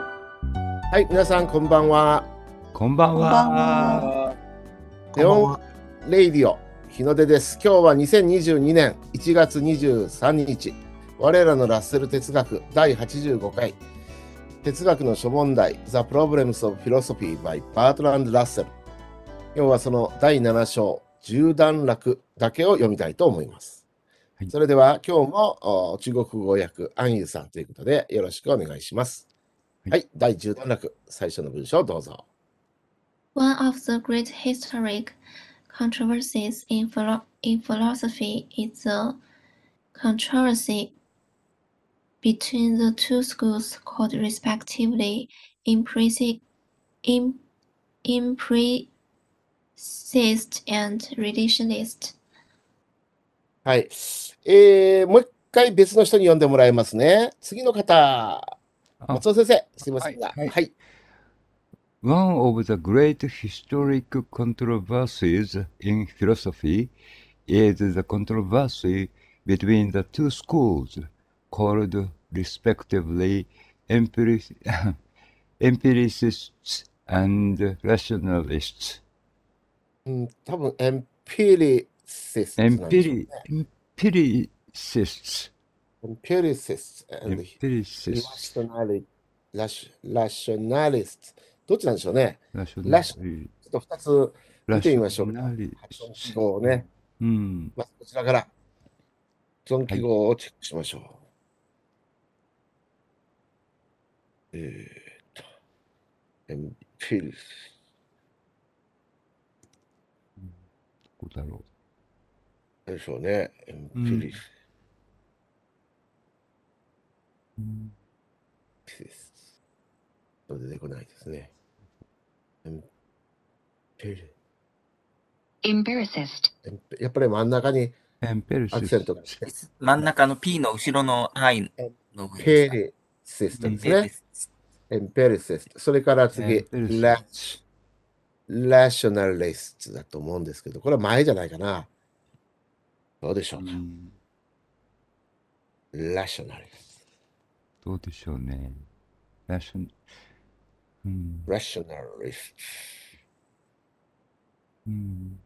はい、皆さんこんばんは。こんばんこんばんは。はあレオンレイディオ日の出です。今日は2022年1月23日、我らのラッセル哲学第85回、哲学の諸問題 The Problems of Philosophy by Bertrand Russell。今日はその第7章、十段落だけを読みたいと思います。はいそれでは今日もお中国語訳安優さんということでよろしくお願いします。はいはい、第10段落、最初の文章をどうぞ。 One of the great historic controversies in, philo- in philosophy is the controversy between the two schools called respectively empirici- em- empiricist and relationist. はい。えー、もう一回別の人に読んでもらいますね。次の方、あ松尾先生、すいませんが。はいはいはい。 One of the great historic controversies in philosophy is the controversy between the two schools called respectively empiric- empiricists and rationalists. うん、多分エンピリシストなんでしょう Empiri- ね。 empiricists. エンピリシスト and Empiricists. ラシラショナリスト。どっちなんでしょうね。 Rationalists. ちょっと二つ見てみましょうか。発音 Rationalists. 記号をね、うん。まずこちらから、発音記号をチェックしましょう。えーっと、エンピリシスどうだろでしょうね。エンうんピリう。うんシス。出てこないですね。エンピリ Empiricist. エンピやっぱり真ん中にアクセン Empiricists. トが来て、真ん中の P の後ろの I の部分ペでリシスすトかですね。エンペリシスト。それから次、 Empiricists ララショナリストだと思うんですけど、これは前じゃないかな。どうでしょううか。んラショナリスどうでしょうね。ラション。うんト。。ラショナリスうん。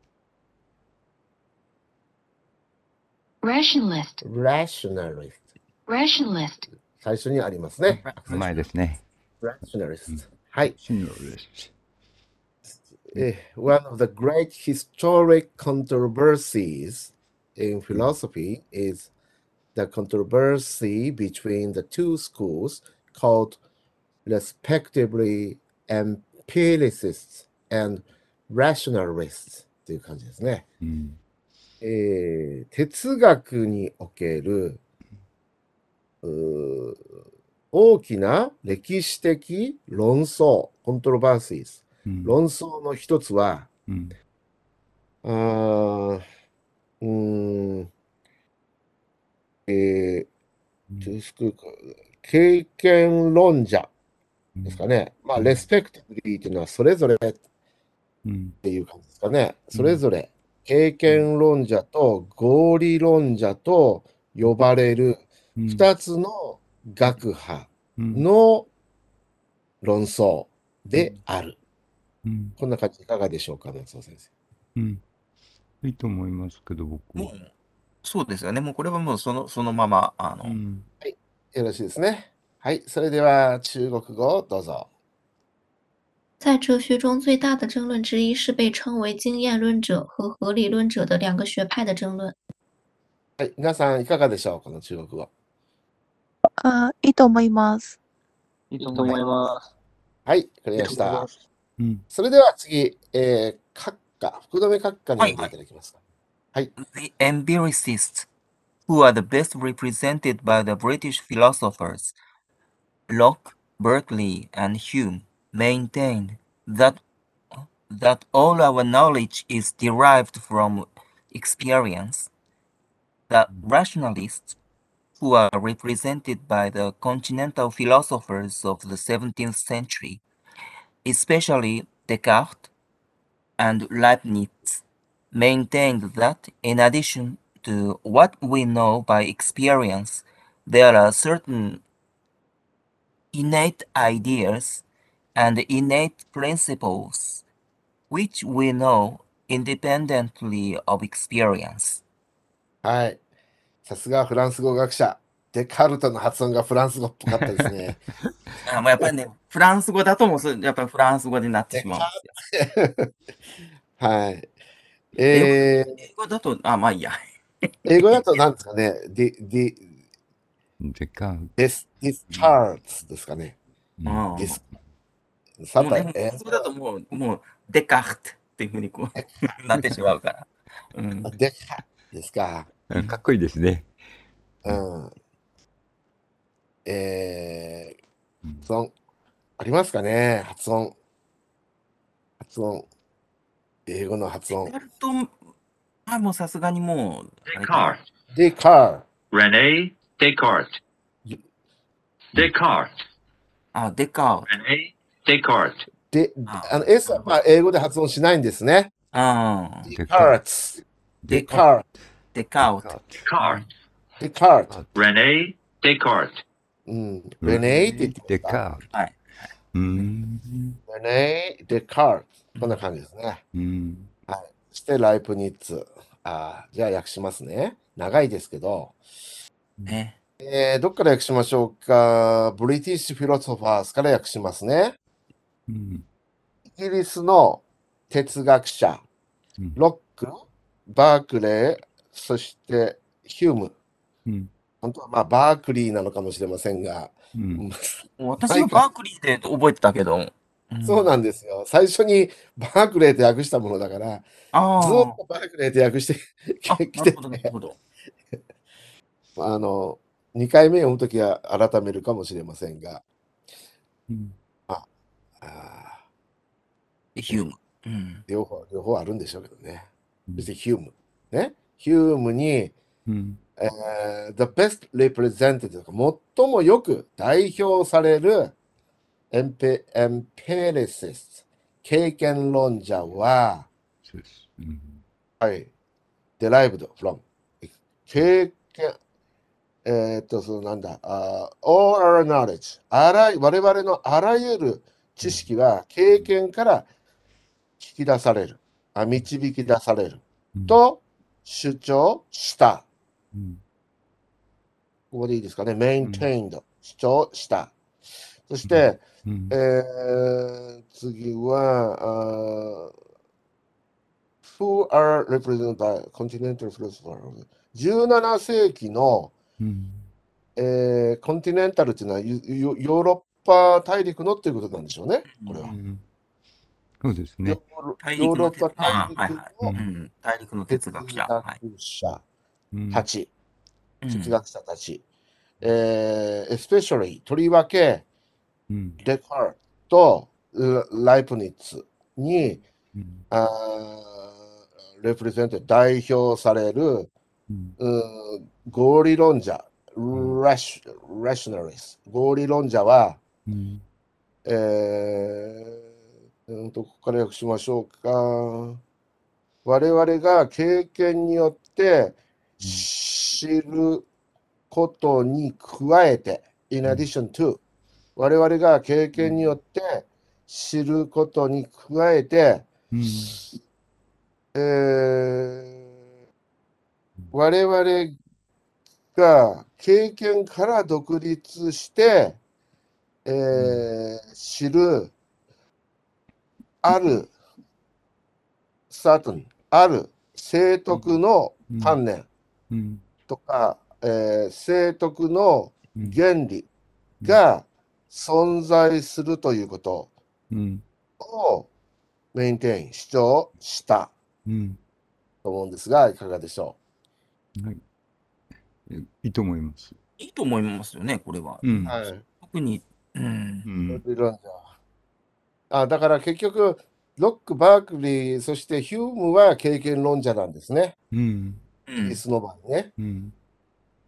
Rationalist. ト。ラショナリスト。 Rationalist. 最初にありますね。アクセント前ですね。ラショナリスト。はい。シニアリスえー One of the great historic controversies in philosophy is the controversy between the two schools called respectively empiricists and rationalists という感じですね。ト。うん。えー哲学におけるうー大きな歴史的論争、コントロバーシーズ、うん論争の一つは、うん。あーうーん、えうんー、トゥースクールか経験論者ですかね。まあ、うんレスペクティブリーというのはそれぞれっうん。ていう感じですかね。それぞれ経験論者と合理論者と呼ばれるうん。 2つの学派うん。の論争である。うん。こんな感じいかがでしょうか、松尾先生。うん。いいと思いますけど、僕もも。う、そうですよね。もうこれはもうそのそのまま、あの、うん。よろしいですね。はい、それでは中国語をどうぞ。在哲学中最大的争论之一是被称为经验论者和合理论者的两个学派的争论。はい、皆さんいかがでしょうこの中国語。あー、いいと思います。いいと思います。はい、クリアした。うん。それでは次、えー、閣下、福留閣下には読いんでいただきますか。 The empiricists, who are the best represented by the British philosophers Locke, Berkeley, and Hume, maintained that that all our knowledge is derived from experience. The rationalists, who are represented by the continental philosophers of the 17th century, especially Descartes and Leibniz, maintained that in addition to what we know by experience, there are certain innate ideas and innate principles, which we know independently of experience. はい。さすがフランス語学者。デカルトの発音がフランス語っぽかったですね。あまあ、やっぱりね、フランス語だともうそれ、やっぱりフランス語になってしまうんですよ。はい。えー、英語だと、あ、まあいいや。英語だと何ですかねディ、ディ、でかうデス、ディスタンスですかね。んもディス、サうタね、フランス語だともう、もう、デカートっていうふうにこう、 なってしまうから。うん、デカですか。うんかっこいいですね。うん。えうー、ん発音、ありますかね発音。発音。英語の発音デ。カルト、あ、もうさすがにもう、あれか Descartes, デカ Rene Descartes. Descartes, あ、デカー Rene Descartes. で、ああの、S はまあ英語で発音しないんですね。あーデカーツ。デカーツ。デカート。 Descartes, デカーツ。 Rene Descartes. うん。レネイって言ってでましたかう。はい。うーん。レネイ、デカーツ。こんな感じですね。うん。そして、ライプニッツ。あーじゃあ訳しますね。長いですけど。ね。えーどっから訳しましょうか。ブリティッシュフィロソファーズから訳しますね。うん。イギリスの哲学者うん、ロック、バークレー、そしてヒューム。うん。本当はまあバークリーなのかもしれませんが、うん。私はバークリーで覚えてたけど。ん そうなんですよ。最初にバークレーと訳したものだから、ずあーっとバークレーと訳して あ、きなてるて、ほど、なるほど。あの、2回目読むときは改めるかもしれませんが、うん。あヒューム。うん。ー両方、両方あるんでしょうけどね。うんそしてヒューム。ね。ヒュームに、うん。えー The best represented 最もよく代表されるエンペエンペレシス経験論者は、そうです。うん。はい、derived from 経験えーっとそのなんだあー all our knowledge あら我々のあらゆる知識は経験から聞き出されるあ導き出されるうん、と主張したうん。ここでいいですかね、maintained、主張した。そして、うんえー次は、あー Who are represented by continental philosophers? 17世紀の、うん。えー、コンティネンタルというのはヨヨヨーロッパ大陸のということなんでしょうね、これは。うんそうですねヨ。ーロ大陸ヨーロのッパ哲あーは大い陸はい。のうん。大陸の哲哲学学者。はい。者うんたち、うん哲学者たち、えー、especially とりわけ、うん。デカールとうライプニッツにうんあーレプレゼント代表されるうんうん合理論者、ラッシュラショナリス合理論者は、うん。えー、うんとここから訳しましょうか。我々が経験によって知ることに加えて、in addition to、我々が経験によって知ることに加えて、うんえー我々が経験から独立して、えー知る、ある、サートン、ある、聖徳の観念うん。とか、えー聖徳のうん原理が存在するということうん。をメインテイン、主張したうん。と思うんですが、いかがでしょはい。えいいと思います。いいと思いますよね、これは。うんう。特に、うんう。ロん。ビーロンジャーあだから結局、ロック、バークリー、そしてヒュームは経験論者なんですね。うん。うイんギリスの場合ね。うん。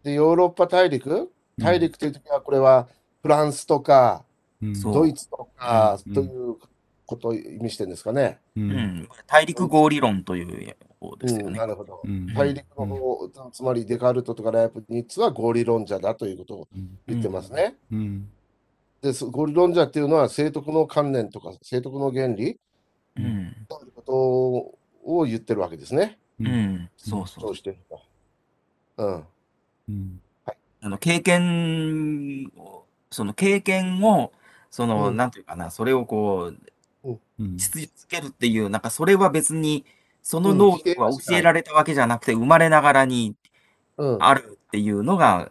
で、ヨーロッパ大陸大陸という時は、これはフランスとか、うん。そうドイツとかうん、ということを意味してるんですかね。う。うんん大陸合理論という方ですようんねな。るほど。うん大陸の方、つまりデカルトとかライプニッツは合理論者だということを言ってますね。うん。ですゴルドンジャっていうのは聖徳の観念とか聖徳の原理ううんん。ということを言ってるわけですね。うん。そうそそうう。してると。うん。うんあの経験を、その経験を、その、うんなんていうかな、それをこう、うん実つけるっていう、なんかそれは別に、そのうん能力は教えられたわけじゃなくて、生まれながらにうん。あるっていうのが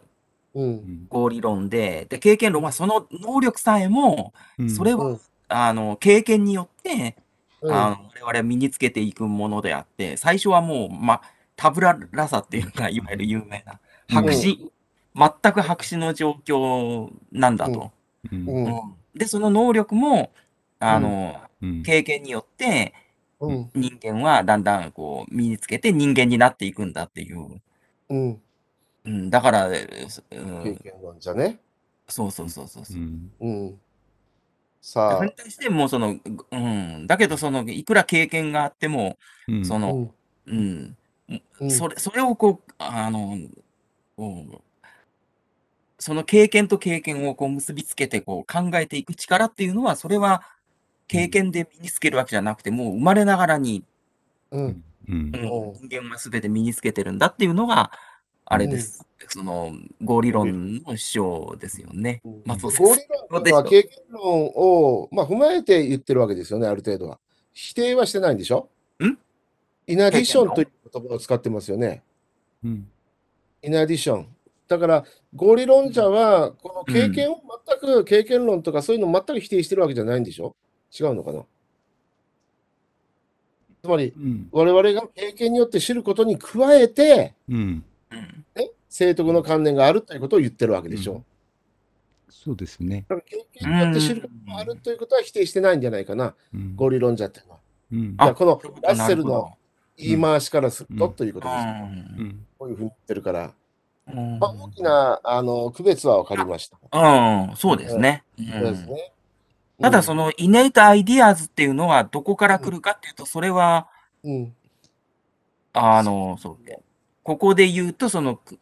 う。うんん合理論で、で、経験論はその能力さえも、うんそれうはん、あの、経験によって、うんあの、我々は身につけていくものであって、最初はもう、ま、タブララサっていうか、いわゆる有名な、白紙、全く白紙の状況なんだと。うんうんうんで、その能力も、あうんの、経験によって、うん。人間はだんだんこう身につけて人間になっていくんだっていう。うん。うん、だから、えーう経ん、験論じゃね。そうそうそうそうそうう。んうん。ださからに対してもうその、うん、だけどそのいくら経験があっても、うんそあ。の、ん。うん、うんそれそれをこうあの、こうその経験と経験をこう結びつけてこう考えていく力っていうのはそれは経験で身につけるわけじゃなくて、もう生まれながらにうん。うんうんお人間は全て身につけてるんだっていうのが、あれです。その合理論の主張ですよね。うん松尾先合理生。論というのは経験論を、まあ、踏まえて言ってるわけですよね、ある程度は。否定はしてないんでしょんイナディションという言葉を使ってますよね。うんイナディション。だから、合理論者は、この経験を全く、経験論とかそういうの全く否定してるわけじゃないんでしょ違うのかなつまり、うん我々が経験によって知ることに加えて、うんうんね、聖徳の観念があるということを言ってるわけでしょ、うんそうですね。だから経験によって知ることがあるということは否定してないんじゃないかな、うん合理論者っていうのは。うんだからこのラッセルなるほの言い回しからするとということどです。ううんこういうふうに言ってるから、うんまあ、大きなあの区別は分かりました。うん、そうですね。そうですねただ、そ、のイネイトアイディアーズっていうのはどこから来るかっていうと、それは、うんうんあの、そうここで言うと、その、く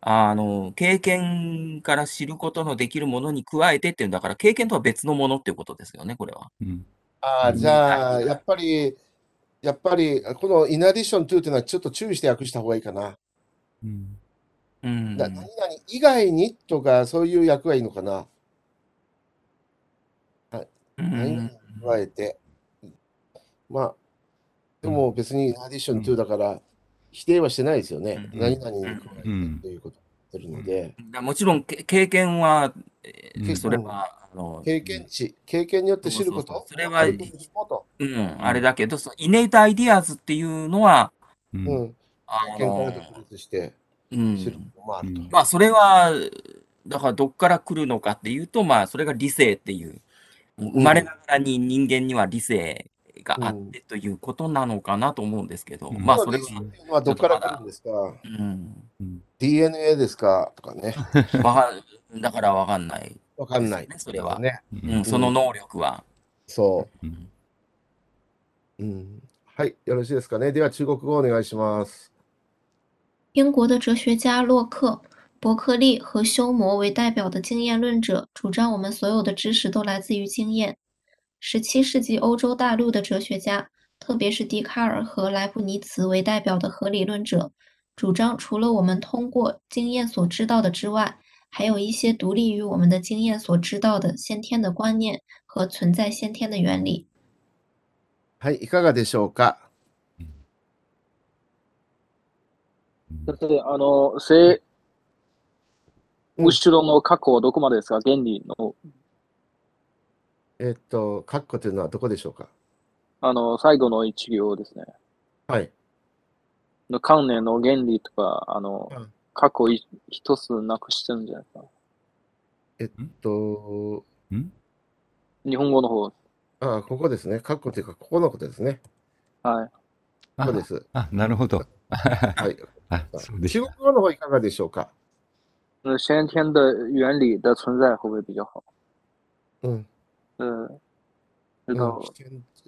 あの、経験から知ることのできるものに加えてっていうんだから、経験とは別のものっていうことですよね、これは。うんああ、うんじゃあ、やっぱり、やっぱり、このイナディション2というのはちょっと注意して訳した方がいいかな。うんうん。だ何々以外にとか、そういう訳はいいのかな。うん何々に加えて。まあ、でも別にイナディション2だから、否定はしてないですよね。うん何々に加えてということを言ってるので。だもちろんけ経験は、えーうんそれはあの経験値、経験によって知るこそうそとう。そうそれは取り組むことうん、あれだけど、そのイネイトアイディアーズっていうのは、ううんん。あ経験からの独立してう知るん、こともあると。まあそれは、だからどっから来るのかっていうと、まあそれが理性っていう、生まれながらに人間には理性があってということなのかなと思うんですけど、うんまあそれは、 DNA っていうのはどこから来るんですかうん、 ?DNA ですかとかね。わかだからわかんない、わかんない。それはね。うんうん、その能力は。そうんう。うん。はい。よろしいですかね。では、中国語お願いします。英国的哲学家洛克、伯克利和休谟为代表的经验论者主张，我们所有的知识都来自于经验。十七世纪欧洲大陆的哲学家，特别是笛卡尔和莱布尼茨为代表的合理论者，主张除了我们通过经验所知道的之外，还有一些独立于我们的经验所知道的先天的观念和存在先天的原理。はい。いかがでしょうか先生、あの、性、うん後ろの過去はどこまでですか原理の、えっと、カッコというのはどこでしょうかあの、最後の一行ですね。はい。の関連の原理とか、あのうん、過去い一つなくしてるんじゃないですか。えっと、うん日本語の方。ああ、ここですね。カッコというか、ここのことですね。はい。こあこです。あ、なるほど。はい。あ、そう中です国。語の方いかがでしょうか那先天的原理的存在会不会比较好？うん。嗯，知うんう道、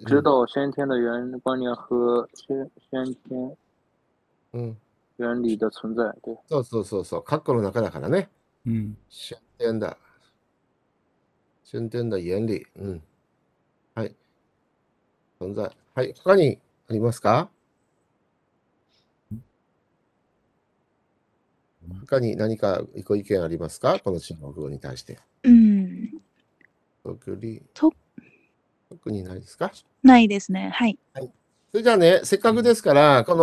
知ん道先天的原观念和先先天うん、原理的存在，对，そうそうそうそう、括弧の中だからね。うん先天だ。先天的原理。うん。はい。存在。はい。他にありますか他に何かご意見ありますかこの中国語に対して。うん、特にと特にないですかないですね。はい。それじゃあね、せっかくですから、こ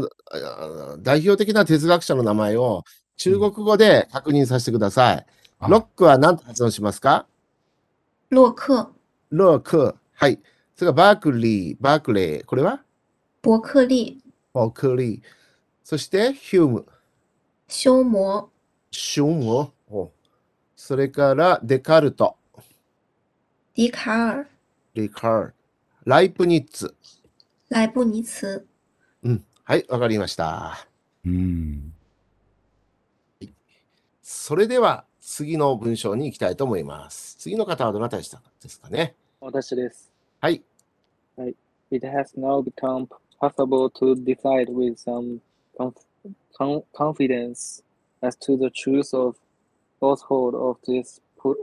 のああ代表的な哲学者の名前を中国語で確認させてください。あロックは何と発音しますか洛克、ロック。はい。それからバークリー、バークレー。これは伯克利、バークリー。そしてヒューム、修谟、シュンを。おそれからデカルト、笛卡尔、リカール、ライプニッツ。莱布尼茨。うん。はい、わかりました。うん。それでは次の文章に行きたいと思います。次の方はどなたでしたですかね私です。はい。 It has now become possible to decide with some conf- con- confidence as to the truth of falsehood of these po-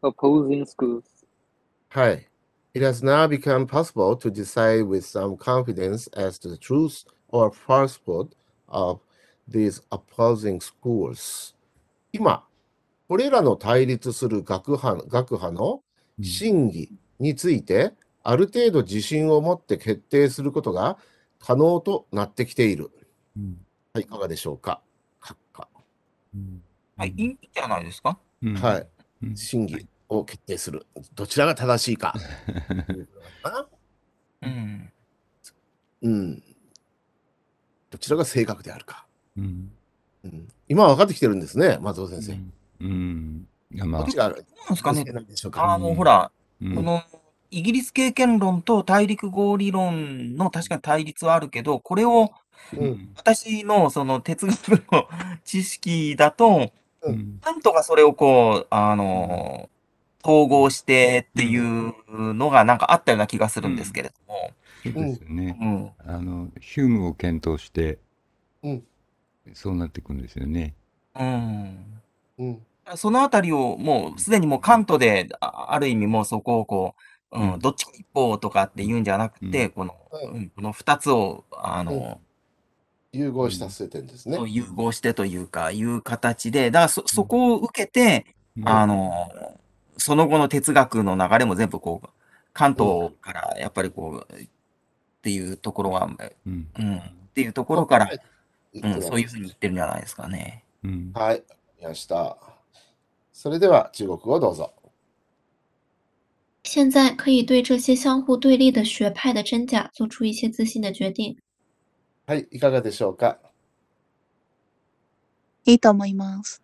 opposing schools. はい。It has now become possible to decide with some confidence as to the truth or falsehood of these opposing schools. 今、これらの対立する学派学派の真偽について、ある程度自信を持って決定することが可能となってきている。うん。はい、いかがでしょうか。閣下うんはい、いいんじゃないですかうんはい。うん審議を決定する。どちらが正しい か。うん。うん。どちらが正確であるか。うん。うん、今は分かってきてるんですね、松尾先生。うん。いや、まどあっち、が正どうなんですかねしいなんでしょうか。あの、ほら、うんこのイギリス経験論と大陸合理論の確かに対立はあるけど、これをうん私のその哲学の知識だと、うんうんなんとかそれをこう、あの、統合してっていうのがなんかあったような気がするんですけれども、そうですよね。うん。あの、ヒュームを検討して、うんそうなっていくんですよね。うん。うんそのあたりをもうすでにもう関東であある意味もうそこをこう、うんうんどっちか一方とかって言うんじゃなくて、うんこの、はいうんこの二つをあの、融合した末点ですね。融合してというかいう形でだからそそこを受けて、あのその後の哲学の流れも全部こう関東からやっぱりこうっていうところは、うん。うん、っていうところからはい、うん、そういうふうに。に言ってるんじゃないですかね。うん。はい、わかりました。それでは中国語どうぞ。现在可以对这些相互对立的学派的真假做出一些自信的决定。はい、いかがでしょうか。いいと思います。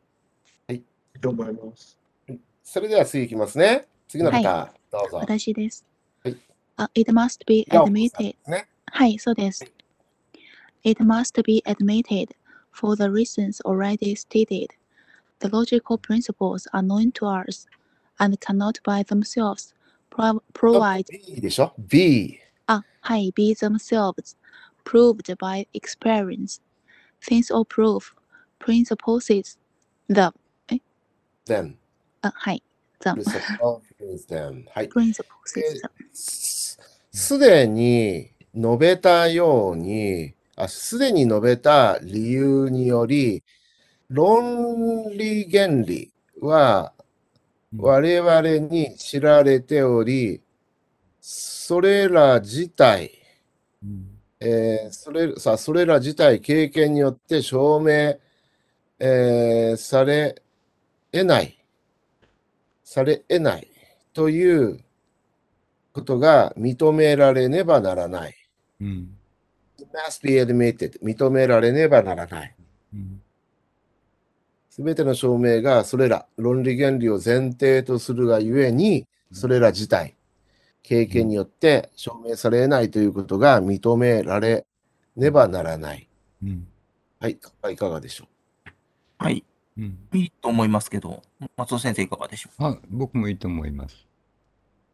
それでは次いきますね。次の方、どうぞ。私ですはい。あ、It must be ようこそ admitted. ね。はい、そうです。It must be admitted, for the reasons already stated, the logical principles are known to us and cannot by themselves pro- provide, B でしょ ?B。 ah, hi, be themselves proved by experience. Things or proof presupposes the, then. uh, hi, the Presuppose them. はい。 presupposes the, すすでに述べたように、あすでに述べた理由により、論理原理は我々に知られており、それら自体、うんえーそれさそれら自体経験によって証明、えーされ得ない、され得ないということが認められねばならない。うん。 must be admitted 認められねばならない。うん。すべての証明がそれら論理原理を前提とするがゆえに、それら自体、経験によって証明されないということが認められねばならない。うん。はい、いかがでしょはい、うん。いいと思いますけど、松尾先生いかがでしょうあ、僕もいいと思いまう。す。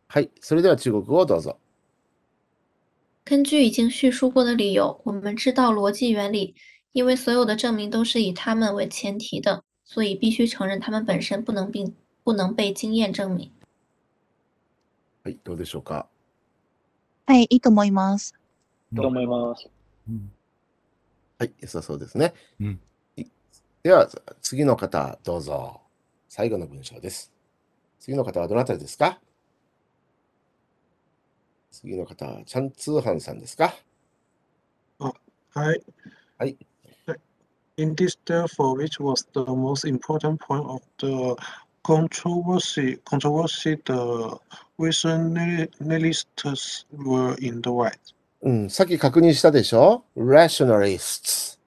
はい、それでは中国語をどうぞ。根据已经叙述过的理由，我们知道逻辑原理，因为所有的证明都是以它们为前提的，所以必须承认它们本身不能并不能被经验证明。はい、どうでしょうか。はい、いいと思います。と思います。うんはい、良さそうですね。うんいでは、次の方、どうぞ。最後の文章です。次の方はどなたですか次の方、チャンツーハンさんですか I はい。 in this therefore which was the most important point of the controversy controversy the rationalists were in the right. うん、さっき確認したでしょ ?rationalists。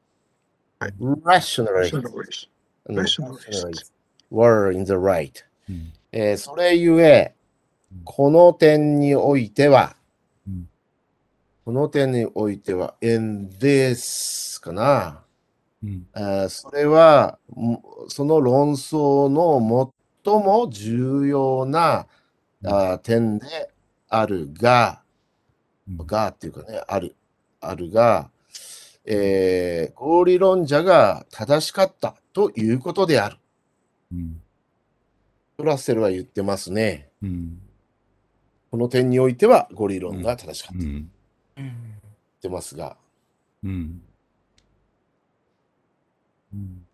はい rationalists。 Rationalists. うん rationalists rationalists were in the right。うんえーそれゆえうん、この点においては、うんこの点においては、in this かな。うんえーそれは、もその論争の最も重要な、うんあー点であるが、うんがっていうかね、ある、あるが、えー合理論者が正しかったということである。うんラッセルは言ってますね。うんこの点においては合理論が正しかったとう言っん Mm. てますが、うんうん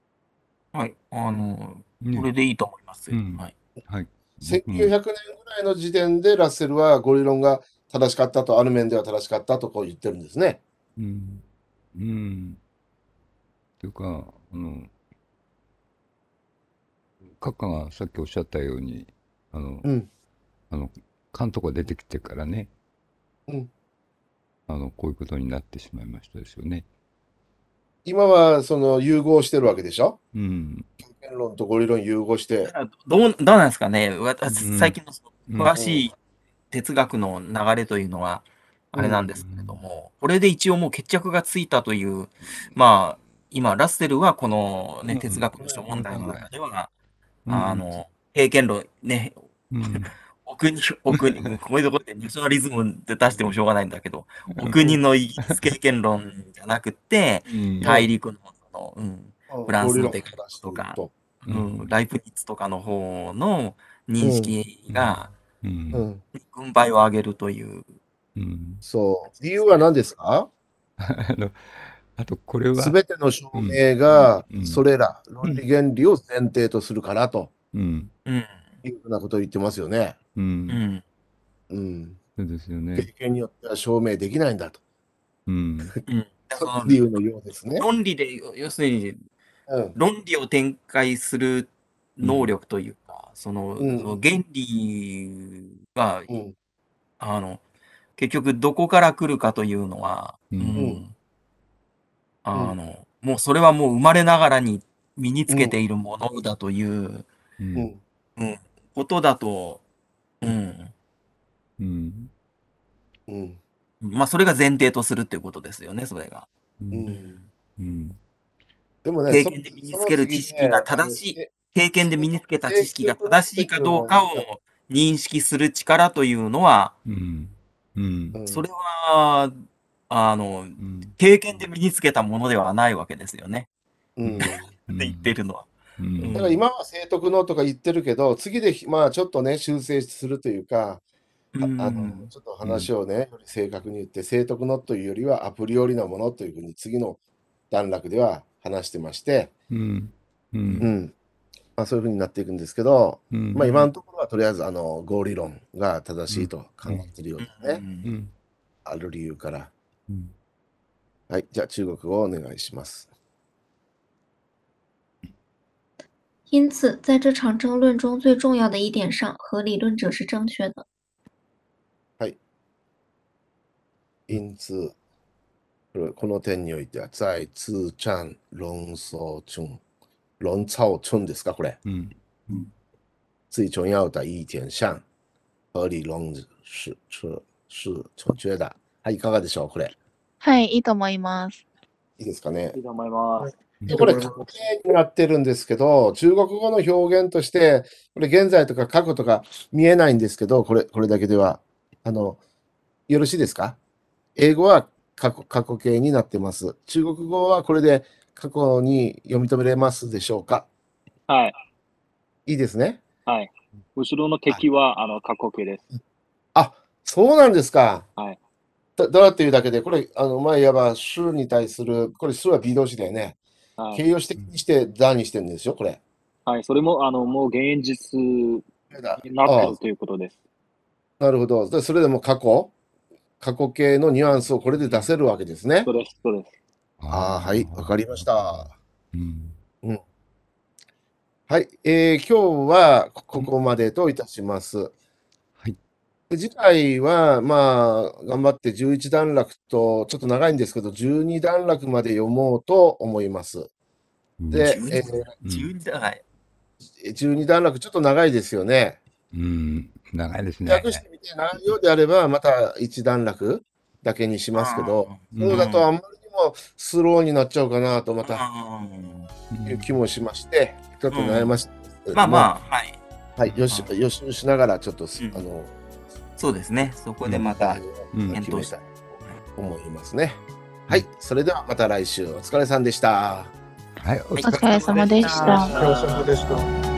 はい、あの、ねこれでいいと思います。うんはい。はい1900僕も年ぐらいの時点でラッセルは合理論が正しかったと、ある面では正しかったとこう言ってるんですね。うん。うん。というか、あの、閣下がさっきおっしゃったように、あの、うんあの、関東が出てきてからね、うんあの、こういうことになってしまいましたですよね。今はその融合してるわけでしょうん。経験論と合理論融合して。あどう、どうなんですかね。私、うん最近のそうんの詳しい哲学の流れというのは、あれなんですけれども、これで一応もう決着がついたという、まあ、今、ラッセルはこのね、うん哲学の諸問題の中では、うんあ、の、経験論、ね、うん。奥に、 奥に、こういうところでナショナリズムで出してもしょうがないんだけど、うんお国のイギリス経験論じゃなくて、うん大陸の、その、うん、フフランスのデカルトとかううんん、ライプニッツとかの方の認識がうんうん、軍配を上げるという。うん。そう。理由は何ですかあの、あと、これは、すべての証明がうんうんそれら、論理原理を前提とするからとうん。うん、いうふうなことを言ってますよね。う。うんん、うん、そうですよ経ね。験によっては証明できないんだと。うん。うん。その理由のようですね。論理で、要するにうん、論理を展開する能力というか、そのうんその原理が、うん、あの、結局どこから来るかというのは、うんうんあの、もうそれはもう生まれながらに身につけているものだというう。うんん、ことだと、うん、うん。うん、まあ、それが前提とするっていうことですよね、それが。う。うんん。うん。でもね、経験で身につけそるの次ね知識が正しいえ経験で身につけた知識が正しいかどうかを認識する力というのは、うん。うん。うんそれは、あの、うん。経験で身につけたものではないわけですよね。うんって言ってるのは。うんだから今は正徳のとか言ってるけど、次でひまあちょっとね、修正するというか、ああのちょっと話をね、より正確に言って、正徳のというよりはアプリよりのものというふうに次の段落では話してまして、うん。う。うんんまあ、そういうふうになっていくんですけど、うん。まあ、今のところはとりあえずあの合理論が正しいと考えているようですね、ううんん。ある理由から。うん。はい、じゃあ中国語をお願いします。因此，在这场争论中最重要的一点上，合理论者是正确的。因此、これこの点においては、在通ちゃん論争中、論争中ですか、これ。うん。最重要的一点上、合理論是是是正确的。はい、いかがでしょう、これ。はい、いいと思います。いいですかねい。いと思います。でこれ、過去形になってるんですけど、中国語の表現として、これ、現在とか過去とか見えないんですけど、これ、これだけでは。あの、よろしいですか英語は過去過去形になってます。中国語はこれで過去に読み止めれますでしょうかはい。いいですね。はい。後ろの敵は、あの、過去形です。そうなんですか。はいだだっていうだけで、これ、あの、まあ、いわば、主に対する、これ、主は B 動詞だよね。は形い。容詞的にして、だにしてるんですよ、これ。はい。それも、あの、もう現実になってるということです。なるほど。で、それでも過去、過去形のニュアンスをこれで出せるわけですねそ。うです。そうです。ああ、はい、わかりまし。た。うん。はい、えー今日はここまでといたします。はい。で次回は、まあ、頑張って11段落と、ちょっと長いんですけど、12段落まで読もうと思います。で、えうん、ー12段落、ちょっと長いですよね。うん、長いですね。略してみて、長いようであれば、また1段落だけにしますけど、うんそうだとあまりにもスローになっちゃうかなと、またうんいう気もしまして、ちょっと悩ましまあまあ、はい。あ、はい、予習予習しながら、ちょっと、うんあの、そうですね。そこでまた、うん決めたいと思いますね。はい、それではまた来週お疲れさんでした。はい、お疲れ様でしたお疲れ様でした。お疲れ様でした。